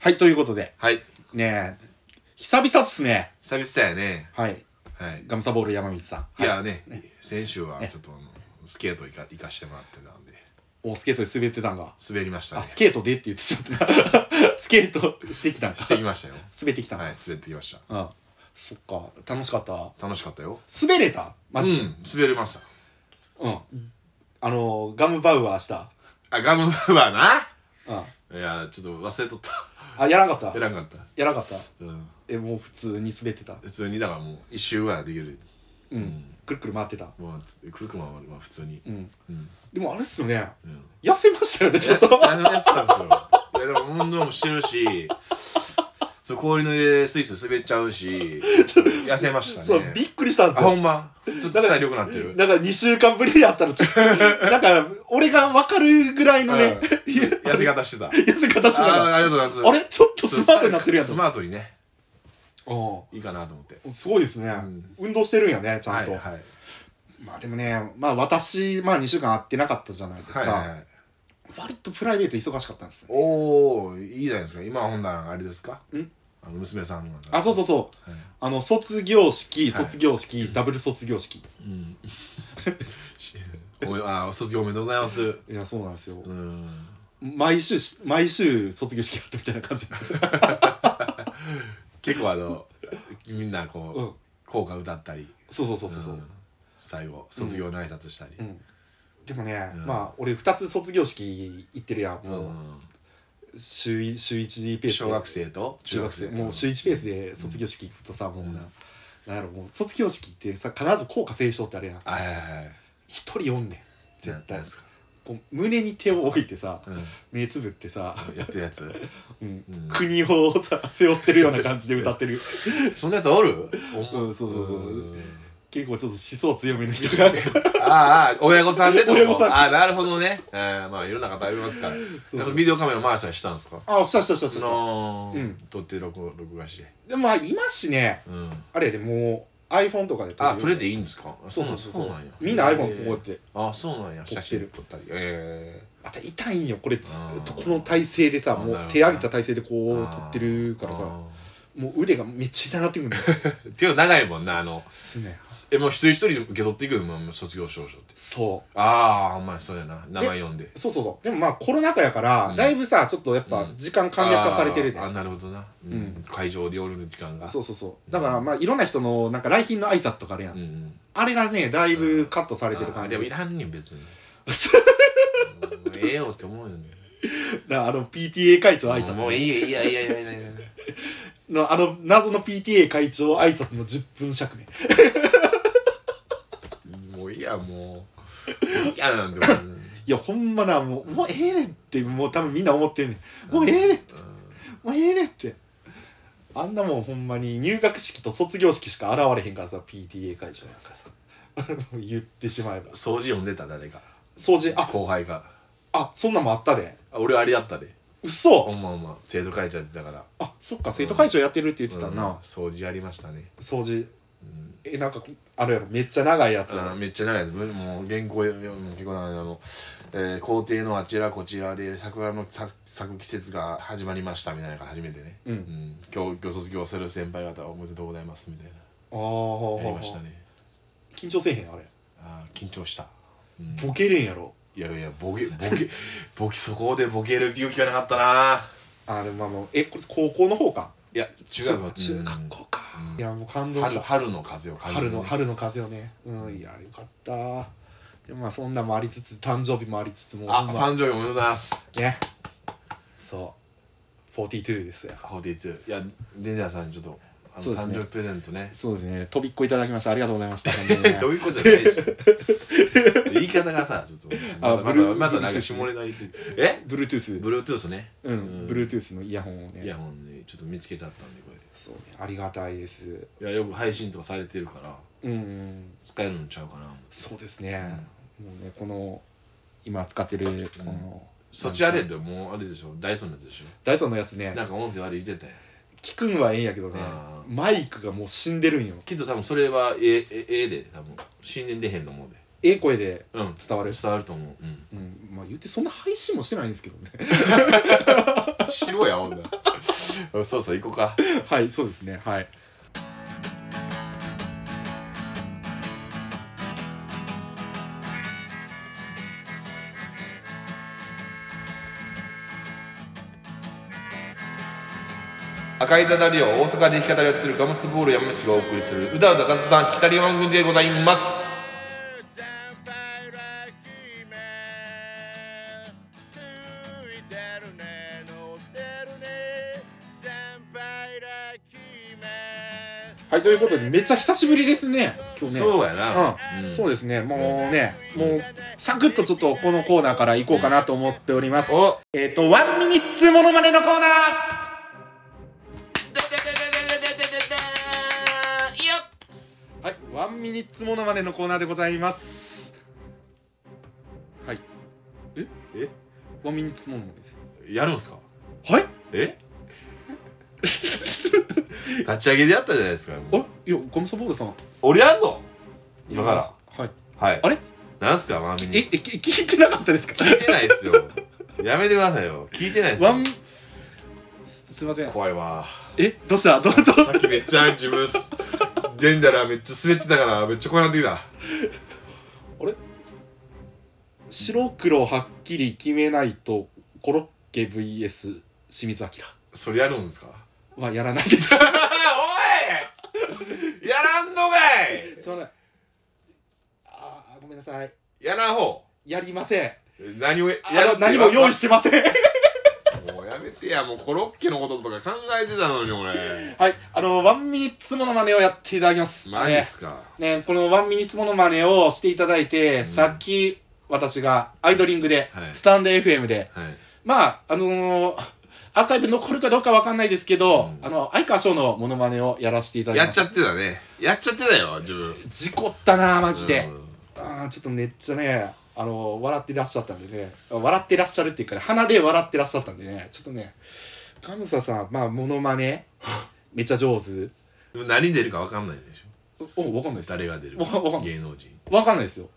はい、ということで、はい。ねえ、久々っすね。久々やね。はい。はい。ガムサボール山道さん。いはい、やね、 先週はちょっとあのスケート行か行かしてもらってたんで、お、スケートで滑ってたんが。滑りましたあ、ね。スケートでって言ってしまった な。スケートしてきたんかしてき ましたよ。滑ってきたんはかい、滑ってきました。うん。そっか、楽しかった。楽しかったよ。滑れたうマジで。ん、滑れました。うん。あのー、ガムバウアーした。あ、ガムはうん。な。いや、ちょっと忘れとった。あ、やらんかったえらんかった。やらんかった。うん。え、もう普通に滑ってた。普通にだからもう一周ぐらいできる。うん。くるくる回ってた。もう、くるくるまあ普通に。うん。うん。でもあれっすよね。うん。痩せましたよね、ちょっと。あのやつなんですよ。いやでも運動もしてるし、そう氷の上スイスイ滑っちゃ うし、痩せました ね。そう、びっくりしたんですあよほ。んまちょっと体力なってるなんか2週間ぶりやった らちょっと、なんか俺が分かるぐらいのね、うん痩せ方してた痩せ方しながあーら、ありがとうございますあれちょっとスマートになってるやんスと。マートにねういいかなと思ってんすごいですね、ん運動してるんやね、ちゃはんいと。はいはいまあでもね、まあ私、まあ2週間会ってなかったじゃないですか。はいはい割とプライベート忙しかったんです。おおいいじゃないですか今はほんならあれですかんあの娘さんのあ、そうそうそう。はいあの、卒業式、はい卒業式、ダブル卒業式。うんおめあー卒業おめでとうございますいや、そうなんですよう。ん毎週し、毎週卒業式やったみたいな感じ。結構あのみんなこう、うん効果歌ったりそうそうそうそうそう。ん最後卒業の挨拶したりうんでもね、うんまあ俺2つ卒業式行ってるやんうもう、ん週い週1ペースで小学生と中学生もう週1ペースで卒業式行くとさ、もうななんやろもう卒業式ってさ必ず校歌斉唱ってあるやんはいはいはい一人おんねん絶な対なんすかこう胸に手を置いてさ、うん目つぶってさ、やってるやつうんうん国をさ背負ってるような感じで歌って るそんなやつおるうんそうそうそうん結構ちょっと思想強めの人 がああああ親御さんでってこと親御さんああなるほどねああまあいろんな方ありますからそうあとビデオカメラ回したりしたんですかあしたしたしたしそたしたのうん撮って録録画してでもまあ今しねうんあれやでもう iPhone とかで撮ある撮れていいんですかあそうそうそうそうなんやみんな iPhone こうやってへえあそうなん撮やってる写真撮ったりえまた痛いんよこれずあっーとこの体勢でさあーもうなるほど手上げた体勢でこえう取ってるからさもう腕がめっちゃ痛なってくるんだ よ手が長いもんなあのすねえもう一人一人受け取っていくよもう卒業証書ってそああお前そうやな名前読んでうそうそうそうでもまあコロナ禍やから、うんだいぶさちょっとやっぱうん時間簡略化されてるで、あーあなるほどな、うんうん会場で夜の時間がそうそうそうだからまあいろんな人のなんか来賓の挨拶とかあるやん、うんうんあれがねだいぶカットされてるあー感じ、でもいだからんね ん別にうんもうええよって思うよねらあの PTA 会長挨もう拶いいよいやいやいやいやいやのあの謎の PTA 会長挨拶の10分尺ねもういいやもういいやなんでもう、いやほんまなもうもうええねんってもう多分みんな思ってんねんもうええねんもうええねんってあんなもんほんまに入学式と卒業式しか現れへんからさ PTA 会場なんかさ 言ってしまえば掃除読んでた誰か掃除あ後輩があそんなんもあったであ俺あれやったでほ嘘んまほんま生徒会長やってたからあそっか生徒会長やってるって言ってたな、うん掃除やりましたね掃除えなんかあるやろめっちゃ長いやつあーめっちゃ長いですもう原稿読む結構長いあの、えー校庭のあちらこちらで桜の咲咲く季節が始まりましたみたいなのから初めてね、うん今日今日卒業する先輩方おめでとうございますみたいなああやりましたね緊張せえへんあれあー緊張した、うんボケれんやろいやいやボケボケ ボケそこでボケる勇気がなかったなあでもまあもうえこれ高校の方かいや中学の中学校か、いやもう感うん動し春た春の風を感じ春るの春の風をねうんいやよかったでもまあそんなんもありつつ誕生日もありつつもあほんま誕生日おめでとうございますねそう42ですよ42いやレンジャーさんにちょっとあのそうです誕ね生日プレゼントねそうですね飛びっこいただきましたありがとうございま した本当にねどういうことじゃないでしょ 言い方がさちょっとあまだまブルだまだなんか下ネタ言ってるえ Bluetooth Bluetooth ねううんん Bluetooth のイヤホンをイヤねホンねちょっと見つけちゃったんでこそうねありがたいですれいやよく配信とかされてるからうんうん使えるのちゃうかなそうですねもうねこの今使ってるこのそっちあれでもうあれでしょダイソンのやつでしょダイソンのやつねなんか音声悪い言ってたやん聞くんはええんやけどねあーマイクがもう死んでるんよきっと多分それはええええで多分信念出へんと思うでええ声でうん伝わる伝わると思ううんうんまあ言ってそんな配信もしてないんですけどね白やほんなら そろそろ行こうかはいそうですねはい赤いダダリオ大阪で弾き語りをやってるガムスボール山道がお送りするうだうだ雑談弾き語り番組でございますはいということでめっちゃ久しぶりですね今日ねそうやなうんんそうですねもうねもうサクッとちょっとこのコーナーから行こうかなと思っておりますおえっ、とワンミニッツモノマネのコーナーはいワンミニッツモノマネのコーナーでございますはいえワンミニッツモノマネですやるんすかはいえ 立ち上げでやったじゃないですかあいやゴムサボールさん俺やんの今からはいはいあれなんすかマミええに聞いき聞いてなかったですかてないっすよやめてくださいよ聞いてないっすよワンすすいません怖いわえどうしたどうどうさっきめっちゃ自分すジェンダラーめっちゃ滑ってたからめっちゃ怖なってきた白黒はっきり決めないとコロッケ VS 清水明それやるんですかはやらないです おいやらんのかい すいませんあーごめんなさいやらん方やりません何をややら何も用意してませんもうやめてやもうコロッケのこととか考えてたのに俺はいあのワンミニッツモノマネをやっていただきますマジっすか、ねねこのワンミニッツモノマネをしていただいて、さっき私がアイドリングで、はいスタンド FM で、はいまあ、あのーアーカイブ残るかどうかわかんないですけど、うんあの、相川翔のモノマネをやらせていただやきまっした。ちゃってたねやっちゃってたよ自分事故ったな、マジで。うんああ、ちょっとめっちゃね、あのー笑ってらっしゃったんでね、笑ってらっしゃるっていうか、鼻で笑ってらっしゃったんでね、ちょっとね、ガムサさん、まあ、モノマ ネ、めっちゃ上手。でも何出るか分かんないでしょお、おわかんないです。誰が出るわわかんないで芸す能人わかんないですよ。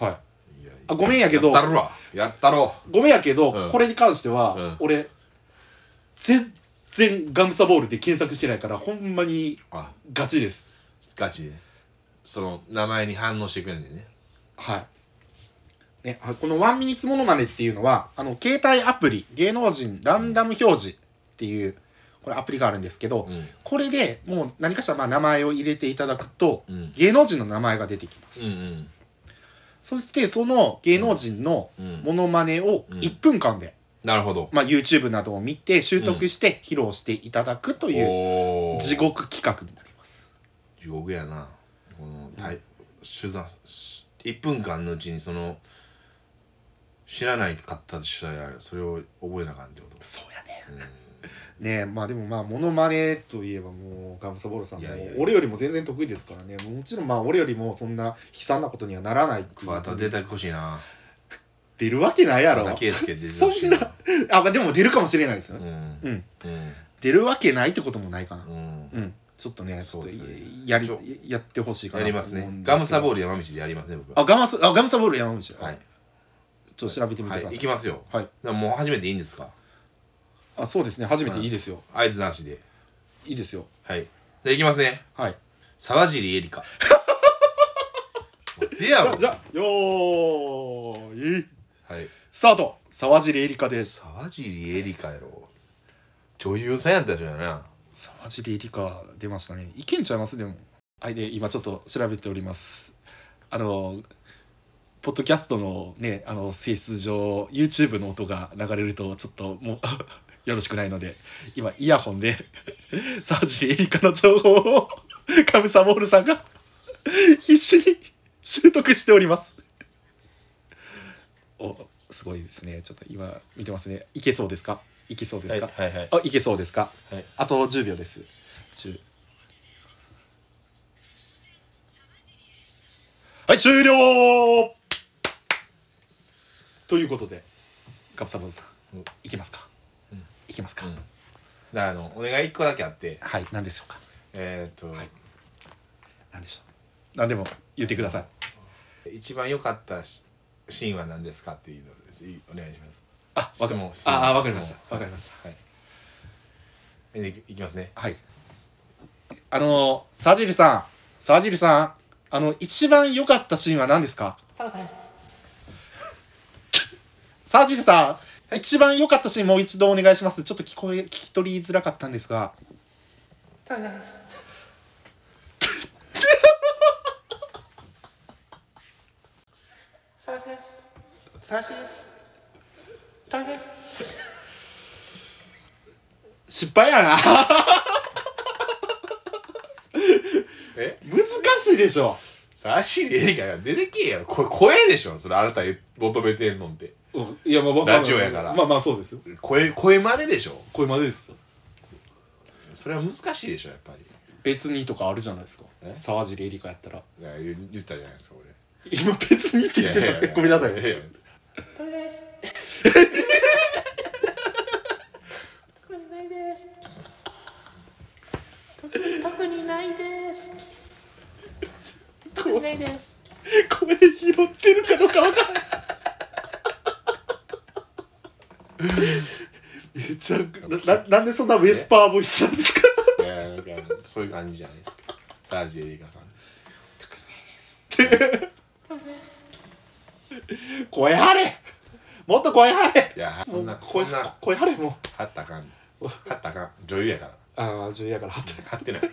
はい。いやあごめんやけどやったろわやったろごめんやけど、うんこれに関しては、うん俺、全然ガムサボールで検索してないから、ほんまにあガチです。ガチでその名前に反応してくれんでねはい。ね、あこのワンミニッツモノマネっていうのは、あの、携帯アプリ、芸能人ランダム表示っていう、これアプリがあるんですけど、うんこれでもう何かしらまあ名前を入れていただくと、うん芸能人の名前が出てきます。うんそしてその芸能人のうんモノマネをうん1分間で、なるほどまあ、YouTube などを見て習得して披露していただくというおー地獄企画になります。地獄やなこのたい取材し1分間のうちにその知らないかった取材があるそれを覚えなあかんってことそうやね。ねえまあでもまあモノマネといえばもうガムサボールさんもいやいやいや俺よりも全然得意ですからねもちろんまあ俺よりもそんな悲惨なことにはならないっていう桑田出てほしいな出るわけないやろ桑田佳祐出てほしいなあまあでも出るかもしれないですよ、うねんうん、うん出るわけないってこともないかなうんうん、ちょっとねちょそっうとですねやりちょやってほしいかやなりますねガムサボーール山道でやりますね僕ルはあガムサあガムサボール山口、はいちょっと調べてみてはくいださ行いきますよはい、でももう初めていいんですかあそうですね初めていいですよ、合図なしでいいですよはいじゃあ行きますねはい沢尻エリ カ待てやろじゃあよーいはいスタート沢尻エリカです沢尻エリカやろ女優さんやったじゃんな沢尻エリカ出ましたねいけんちゃいますでもはいで今ちょっと調べておりますあのポッドキャストのねあの性質上 YouTube の音が流れるとちょっともう よろしくないので今イヤホンで 沢尻エリカの情報をカムサボールさんが必死に習得しておりますおすごいですねちょっと今見てますねいけそうですかいけそうですか、はいはいはいあいけそうですかはいあと10秒です。10はい、終了ということで、ガブサボンさんうん、いけますか、うんいけますか、うんだからあのお願い一個だけあってはい、何でしょうかえー、っ何でしょう何でも言ってください。と一番良かったしシーンは何ですかっていうのですいお願いしますあ、わか質問質問ああ、わかりました。わかりました。はいえいいきますねはい。あの、沢尻さん、沢尻さん、あの、一番良かったシーンは何ですかパパです沢尻さん、一番良かったシーンもう一度お願いします。ちょっと聞こえ、聞き取りづらかったんですが。パパですサーシですサーシですパパです失敗やな。え難しいでしょ。さしり映画が出てけえやろこ声でしょそれあなた求めてんのってうん、いや、まあ、わかんないラジオやからまあまあ、そうですよ。声声まででしょこれまでですよ。それは難しいでしょやっぱり別にとかあるじゃないですかえ。沢尻エリカやったら。いや言言ったじゃないですか俺今、別にって言ってた。ごめんなさい。やややパパです特にないです特に特にないです特にないですこれ拾ってるかどうかわかん ない。めちゃくなななんでそんなウェスパーボイスなんですかいやなんかそういう感じじゃないですかサージエリカさんパパです声張れもっと声張れいやそもんうなそ声んな声張れもうはったらあかんはったらあかん女優 やからああ重要やから張って張ってない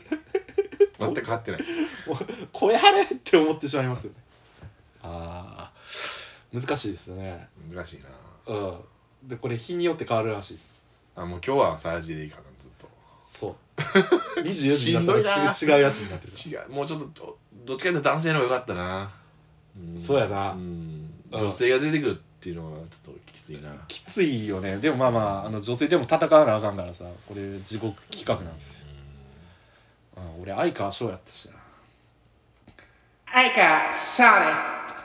全く張ってないもう声張れって思ってしまいますよねああ難しいですね難しいなうんでこれ日によって変わるらしいですあもう今日はサージエリカなんずっと そう24時になったらしち違うやつになってる違うもうちょっとどどっちかというと男性の方が良かったな、んそうやなんうん女性が出てくるっていうのはちょっときついなきついよねでもまあまああの女性でも戦わなあかんからさこれ地獄企画なんですよ、うん、俺相川翔やったしな相川翔で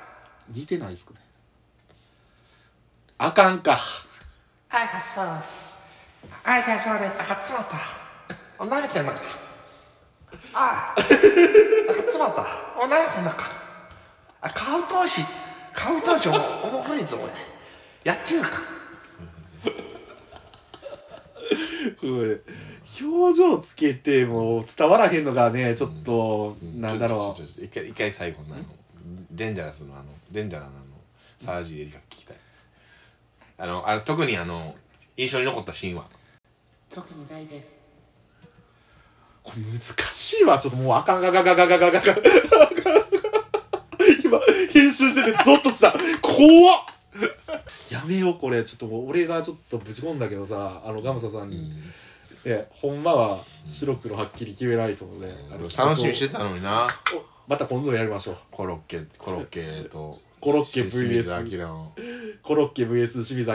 す似てないですかねあかんかはい、発想です。はい、大将です。勝つまた。おなめてんのか。ああ。勝つまた。おなめてんのか。あ、カウトーシ。カウトーシおもおもろいぞ、俺。やってみるか。これ表情つけてもう伝わらへんのがねちょっと、なんだろちょちょちょ一回一回最後のあのデンジャラスのあのデンジャラのあのサージエリカ聞きたいあのあれ特にあの印象に残ったシーンは特にないです。うこれ難しいわちょっともうあかんがががががががが今編集しててゾッとした怖っやめようこれちょっともう俺がちょっとぶち込んだけどさあのガムサさんに、でほんまは白黒はっきり決めないとので、あの楽しみにしてたのにおなまた今度やりましょうコロッケコロッケとコロッケ VS 清水明のコロッケ VS 清水明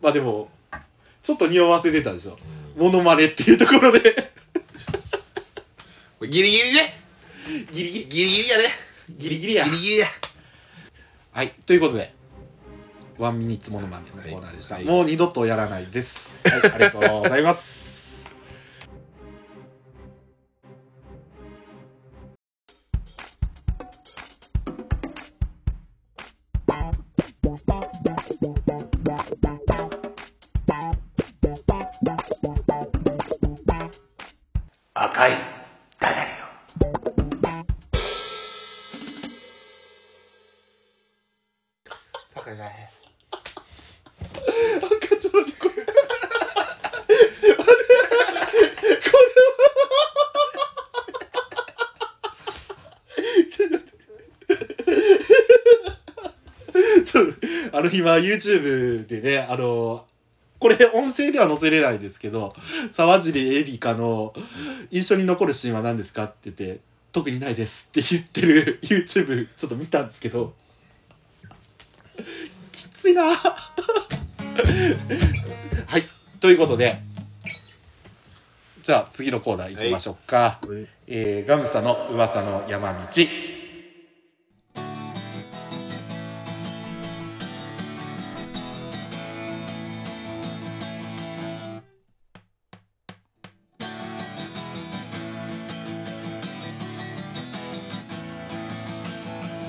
まあでもちょっと匂わせてたでしょモノマネっていうところでギリギリねギリギリギリギリやねギリギリやギリギリやはいということでワンミニッツモノマネのコーナーでした、はいもう二度とやらないです、はい、ありがとうございます 赤いダダよ。特にないです。ちょっと待ってこれこれは ちょっと待ってちょっとあの今 YouTube でねあのこれ音声では載せれないですけど沢尻エリカの印象に残るシーンは何ですかって言って特にないですって言ってる YouTube ちょっと見たんですけどきついな はい、ということで。じゃあ、次のコーナー行きましょうか。はいえーガムサの噂の山道。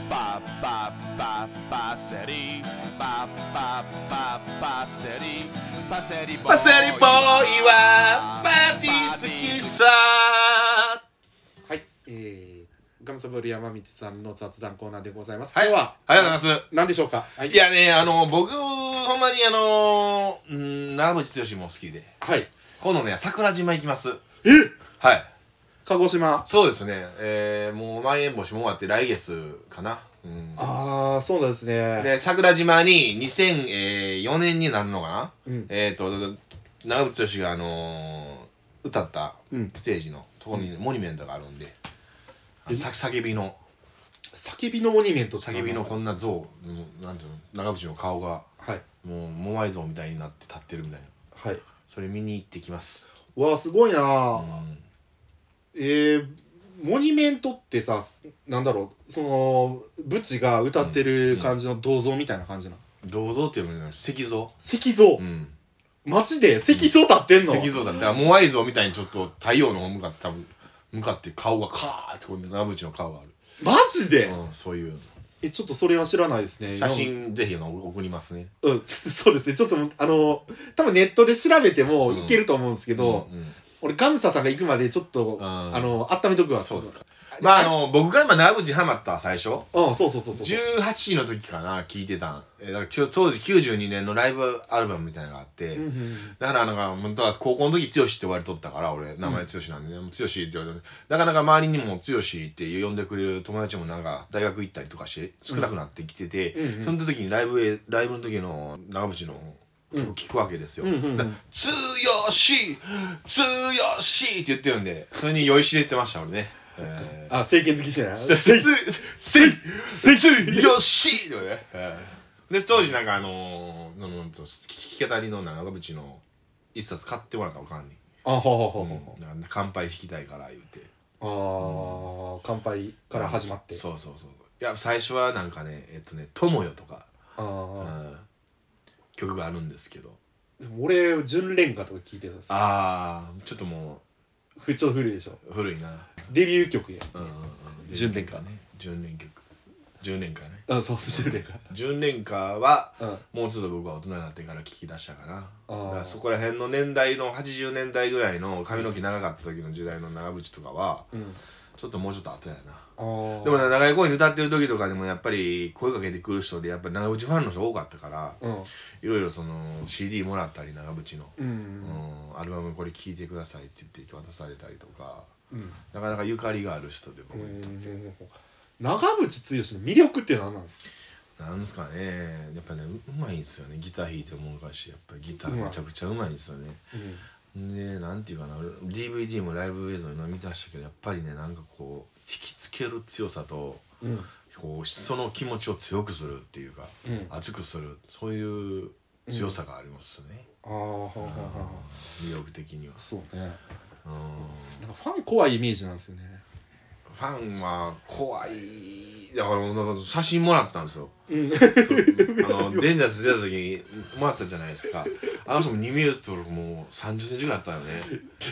pa pa pa passeri pa pa pa passeri passeri boy パセリボーイはパーティーさあはい、えー、ガムサブル山道さんの雑談コーナーでございます。はい今日は、。ありがとうございます何でしょうかはいい。やねあの僕ほんまにあのうん長渕剛も好きではい。今度ね桜島行きますえはい鹿児島。そうですねえー、もうまん延防止も終わって来月かなうんああ、そうなんですね。で桜島に2004年になるのかな、うんえっ、と長渕剛があのー歌ったうんステージのところにモニュメントがあるんで、あのさ叫びの叫びのモニュメントって叫びのこはんな像もうなんていうの長渕の顔がい。もうモアイ像みたいになって立ってるみたいなはい。それ見に行ってきますわあ、すごいなうー、んえー、モニュメントってさ、なんだろう、その、ブチが歌ってる感じの銅像みたいな感じなの。銅像っていうのは石像石像う。ん街で石像立ってんの石像だったらモアイ像みたいにちょっと太陽の方向かって多分向かって顔がカーってこう長渕の顔がある、マジで、うん、そういうえ、ちょっとそれは知らないですね。写真ぜひ送りますねうん、 そうですね。ちょっと、あの、多分ネットで調べてもいけると思うんですけど、うんうん俺、ガムサさんが行くまでちょっと、ああーの、温めとくわ。そうっすかまああの僕が今長渕ハマった最初うん、そうそうそうそう。 18の時かな聞いてたんえーだからちょ当時92年のライブアルバムみたいなのがあって、うんうんだからなんかもうだから高校の時剛って言われとったから俺名前剛なんでね、もう剛って言われてなかなか周りにも剛って呼んでくれる友達もなんか大学行ったりとかして少なくなってきてて、うんうんその時にライブへライブの時の長渕の曲聞くわけですよ。うんうんうんだからつよしつよしって言ってるんでそれに酔いしれてました俺ね。えーあ、政権好きじゃないせ、せ、せ、せ、せ、よしとかね。で、当時なんかあのー、なんと、弾き語りの長渕の一冊買ってもらったおかんに。あ、ほうほうほうほうなんか乾杯弾きたいから言うて。あー、乾杯から始まって。そうそうそう。いや、最初はなんかね、えっとね、友よとか、あーうん曲があるんですけど。でも俺、純恋歌とか聞いてたんですあー、ちょっともふちょっと古いでしょ。う、古いな。デビュー曲や。うんうんうん純恋歌ね。純恋曲。純恋歌ね。うん、そうそう、純恋歌。純恋歌は、うんもうちょっと僕は大人になってから聞き出したかなあーだからそこら辺の年代の80年代ぐらいの髪の毛長かった時の時代の長渕とかは、んちょっともうちょっと後やなあー。でもね長い声に歌ってる時とかでもやっぱり声かけてくる人でやっぱり長渕ファンの人多かったから、うん、いろいろその CD もらったり長渕の、うん、うんアルバムこれ聴いてくださいって言って渡されたりとか、んなかなかゆかりがある人で僕、うん。長渕剛の魅力って何なんですかなんですかねやっぱねううまいんですよねギター弾いてもうかしやっぱりギターめちゃくちゃうまいんですよね、でなんていうかな DVD もライブ映像に飲み出したけどやっぱりねなんかこう引きつける強さと、こうその気持ちを強くするっていうか、熱くするそういう強さがありますね、あーはあはあはあ魅力的には、そうねうん、なんかファン怖いイメージなんですよねファンは怖いだからなんか写真もらったんですようんあ のデンジャーズ出た時にもらったじゃないですかあの人も2メートルもう3 0センチぐらいあったよね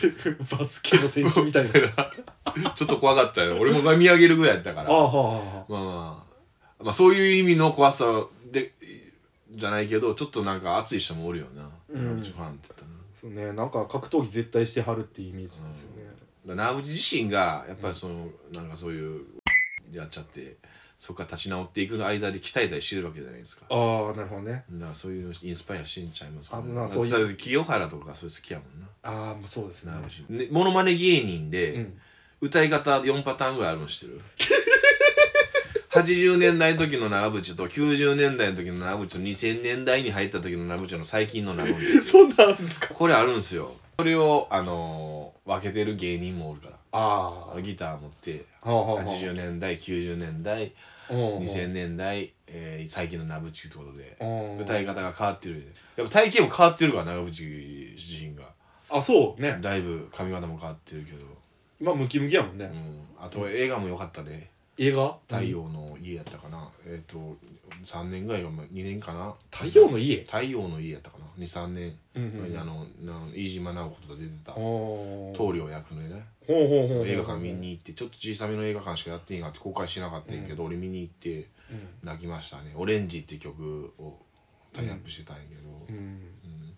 バスケの選手みたいなちょっと怖かったよ俺もが見上げるぐらいやったか らああはあはあまあまあ、まあ、そういう意味の怖さでじゃないけどちょっとなんか熱い人もおるよな、長渕ファンって言ったらそうねなんか格闘技絶対してはるっていうイメージですよね、だから長渕自身がやっぱりその、なんかそういうやっちゃってそこから立ち直っていく間で鍛えたりしてるわけじゃないですかああなるほどねだからそういうのインスパイアしてんちゃいますか、あね、まあそういうだって清原とかそういう好きやもんなああまあそうですねなるほどねモノマネ芸人うでん歌い方4パターンぐらいある の知ってる80年代の時の長渕と90年代の時の長渕と2000年代に入った時の長渕の最近の長 渕そんなんあるんですかこれあるんですよそれを、あのー分けてる芸人もおるからああのギター持ってあはあはあはあ80年代90年代うん2000年代、えー最近の長渕ってことでうん歌い方が変わってるやっぱ体型も変わってるから長渕自身があそうねだいぶ髪型も変わってるけどまあムキムキやもんね、うん、あと映画も良かったね映画太陽の家やったかなえっ、と3年ぐらいが2年かな太陽の家太陽の家やったかな23年、うんうんうんあのな飯島直子と出てたおおー棟梁役のねほうほうほうほう映画館見に行ってちょっと小さめの映画館しかやっていいなって公開してなかったんやけど、俺見に行って泣きましたね「オレンジ」っていう曲をタイアップしてたんやけど、うんうん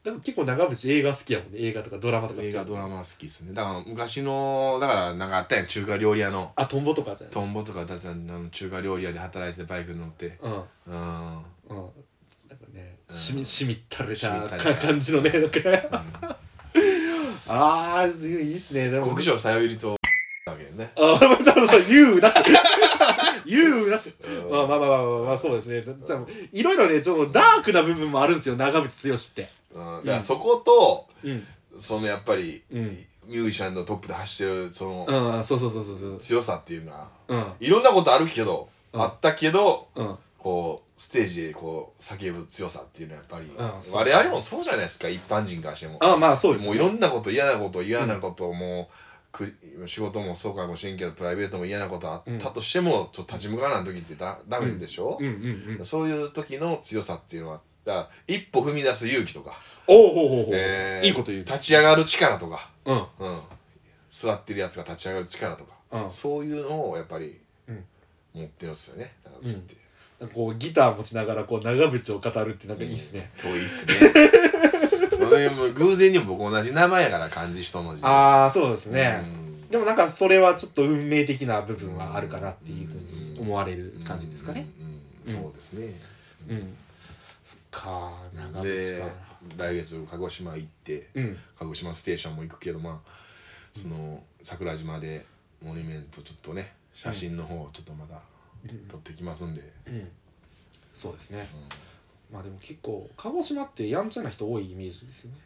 でも結構長渕映画好きやもんね映画とかドラマとか好き映画ドラマ好きですねだから昔のだからなんかあったやん中華料理屋のあトンボとかじゃないでトンボとかだってあの中華料理屋で働いてバイク乗ってすかうんうんうんうんなんかねうんしみしみったれしみったたれた感じのねなんか ねああいいっすねでも国生さよりとだけどね ああ、またまた言う なって。言うなって。うんまあまあまあまあまあまあ、そうですね。じゃあいろいろね、ちょっとダークな部分もあるんですよ、長渕剛って。うんいやそことうん。そのやっぱり、うんミュージシャンのトップで走ってるそのうん、そうそうそうそうそう。強さっていうのはうん。いろんなことあるけど、うんあったけどうん。こうステージでこう叫ぶ強さっていうのはやっぱり、んそう我々もそうじゃないですか一般人からしてもああ、まあそうです、ね。もういろんなこと嫌なこと嫌なこと、もうく仕事もそうかもしれんけどプライベートも嫌なことあったとしても、ちょっと立ち向かわない時ってだダメでしょ、うんうんうん。そういう時の強さっていうのはだから一歩踏み出す勇気とか、おうほうほうほう、えーいいこと言う。立ち上がる力とか、うん。うん、座ってるやつが立ち上がる力とか、うんそういうのをやっぱりうん持ってるんですよね長渕って、なんかこう、ギター持ちながら、こう、長渕を語るってなんかいいっすね。遠いっすね 俺も偶然にも僕同じ名前やから漢字一文字でああ、そうですね。うんでもなんか、それはちょっと運命的な部分はあるかなっていうふうに思われる感じですかね。うんうんうんそうですね、うん。そっか、長渕でか。来月鹿児島行って、うん。鹿児島ステーションも行くけどまあその桜島でモニュメントちょっとね写真の方をちょっとまだ撮ってきますんで、うんそうですね、まあでも結構鹿児島ってやんちゃな人多いイメージですよね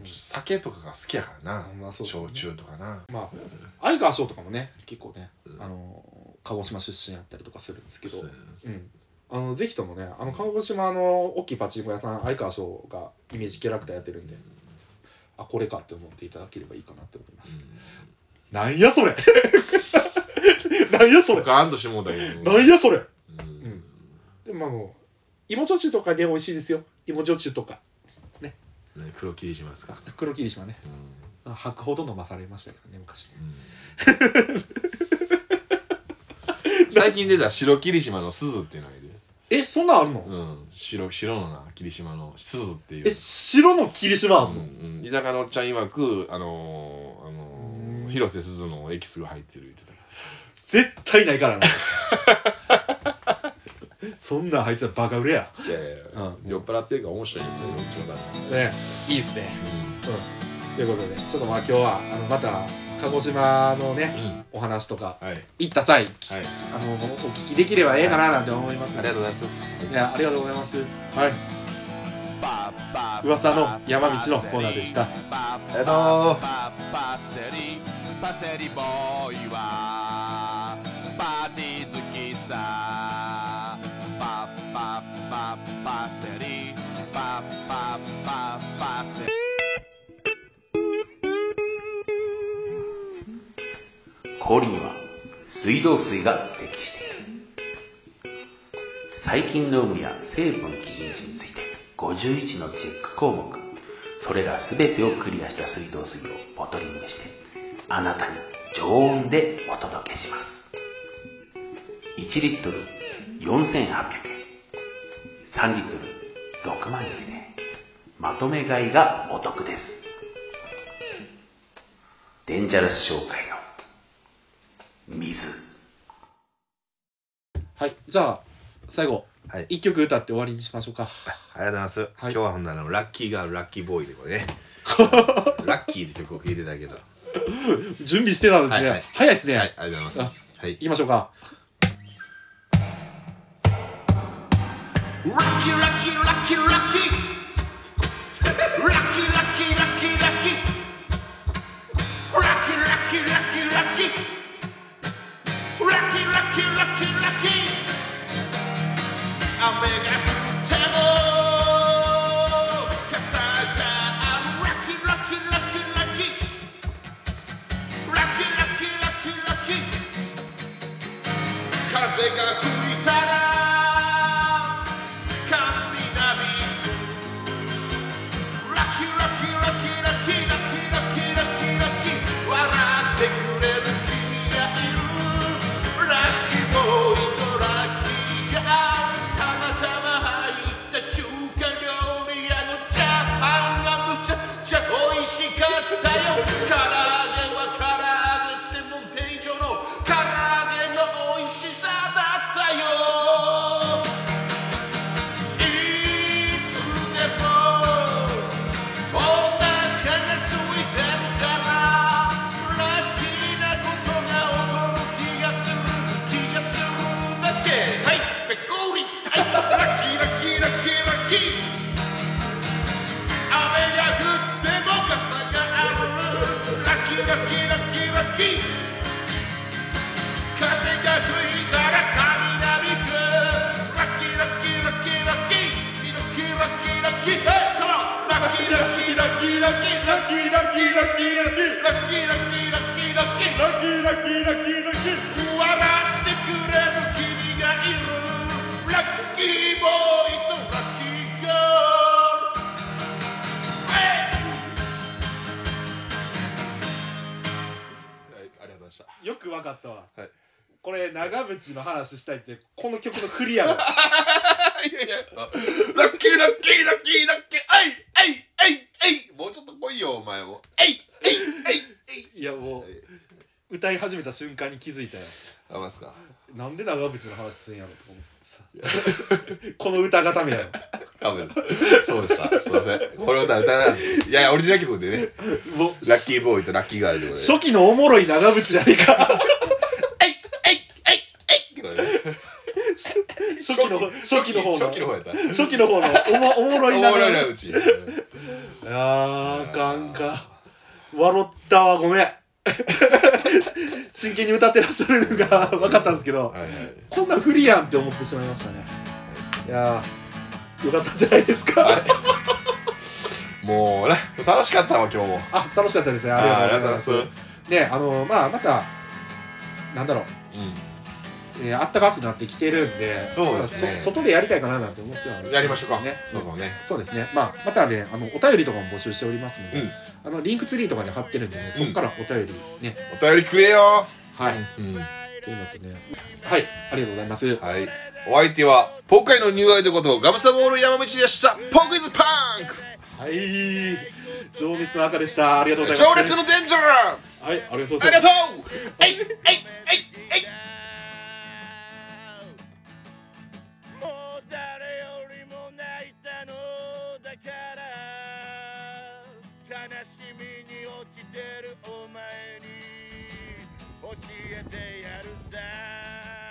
うん酒とかが好きやからなあ、まあそうですね焼酎とかなまあ相川翔とかもね結構ね、あの鹿児島出身やったりとかするんですけどそううんあのぜひともねあの鹿児島の大きいパチンコ屋さん相川翔がイメージキャラクターやってるんで、あこれかって思っていただければいいかなって思います、なんやそれ なんやそれガーンとしてもうたけどなんやそれうんでもまあもう芋焼酎とかね美味しいですよ芋焼酎とかね黒霧島ですか、黒霧島ねうん吐くほど飲まされましたけどね昔ね うん最近出た白霧島の鈴っていうのがいるえそんなんあるの、うん、白白のな霧島の鈴っていうえ白の霧島あうんんの、うん、居酒屋のおっちゃん曰くあのー、あのー、広瀬すずのエキスが入ってる言ってた絶対ないからな そんなん入ってたらバカ売れやいやいや、うん酔っ払ってるから面白いんですよねうちの旦ねいいっすねうんということでちょっとまあ今日はあのまた鹿児島のね、お話とか那はい行った際、きはいあのお聞きできればええかななんて思います、ありがとうございますいやありがとうございますはい噂噂のの山山道道ののココーナーーナーででししたたありがとうパパセリパセリボーイはパーティー好きさパパパパセリパパパパセリ氷には水道水が適している細菌の有無や成分基準値について51のチェック項目それら全てをクリアした水道水をボトリングしてあなたに常温でお届けします1リットル4800円3リットル6万円でまとめ買いがお得ですデンジャラス商会の水はいじゃあ最後、はい一曲歌って終わりにしましょうかありがとうございます、今日はほんならラッキーがラッキーボーイでこ れねラッキーって曲を聴いてたけどは準備してたんですね、はいはい早いですね、いありがとうございますはい行きましょうか Lucky, lucky, lucky, lucky. Lucky, lucky, lucky, lucky. Lucky, lucky, lucky, lucky. Lucky, lucky, lucky, lucky. I'll make a table. 'Cause I- I'm lucky, lucky, lucky, lucky. Lucky, lucky, lucky, lucky. 風が吹いたら雷ラッキーラッキーラッキーラッキーラッキーラッキーラッキーラッキー笑ってくれる君がいるラッキーボーイとラッキーがたまたま入った中華料理屋のチャーハンラッキーラッキーラッキーラッキーラッキーラッキーラッキーラッキーラッキーラッキー笑ってくれる君がいるラッキーボーイとラッキーガールヘイありがとうございましたよくわかったわはいこれ長渕の話したいってこの曲のクリアだいやいやあラッキーラッキーラッキーラッキーあいあいあいあいもうちょっと来いよお前もあいあ いいやもう歌い始めた瞬間に気づいたよあいあますかなんで長渕の話すんやろと思ってさこの歌がためやろ多分そうでしたすいませんこれ歌歌わないいやいやオリジナル曲でねもうラッキーボーイとラッキーガールでこれ初期のおもろい長渕じゃねえか初期の初期の方の初期の方やった初期の方のおもおもろい長おもろいな渕うちあーあかんか笑ったわごめん真剣に歌ってらっしゃるのが 分かったんですけどはいはいこんなん不利やんって思ってしまいましたねいやーよかったんじゃないですか、もうね楽しかったわ今日もあ楽しかったですねありがとうございますありがとうごねあのまあまたなんだろうえー、暖かくなってきてるんで、そうですねまあそ外でやりたいかななんて思ってはあるんでうんすやりましょうかね。そうそうねそうですね。まあまたねあのお便りとかも募集しておりますので、うんあのリンクツリーとかに貼ってるんでね、そこからお便りね、お便りくれよはい、うんっていうのとね、はいありがとうございます。はいお相手はポカイのニューアイドことガムサボール山道でしたポクイズパンクはい、情熱の赤でした。ありがとうございます。情熱のデンジャーはいありがとうござあいます。りがとうえいえいえいえいもう誰よりも泣いたのだから悲しみに落ちてるお前に教えてやるさ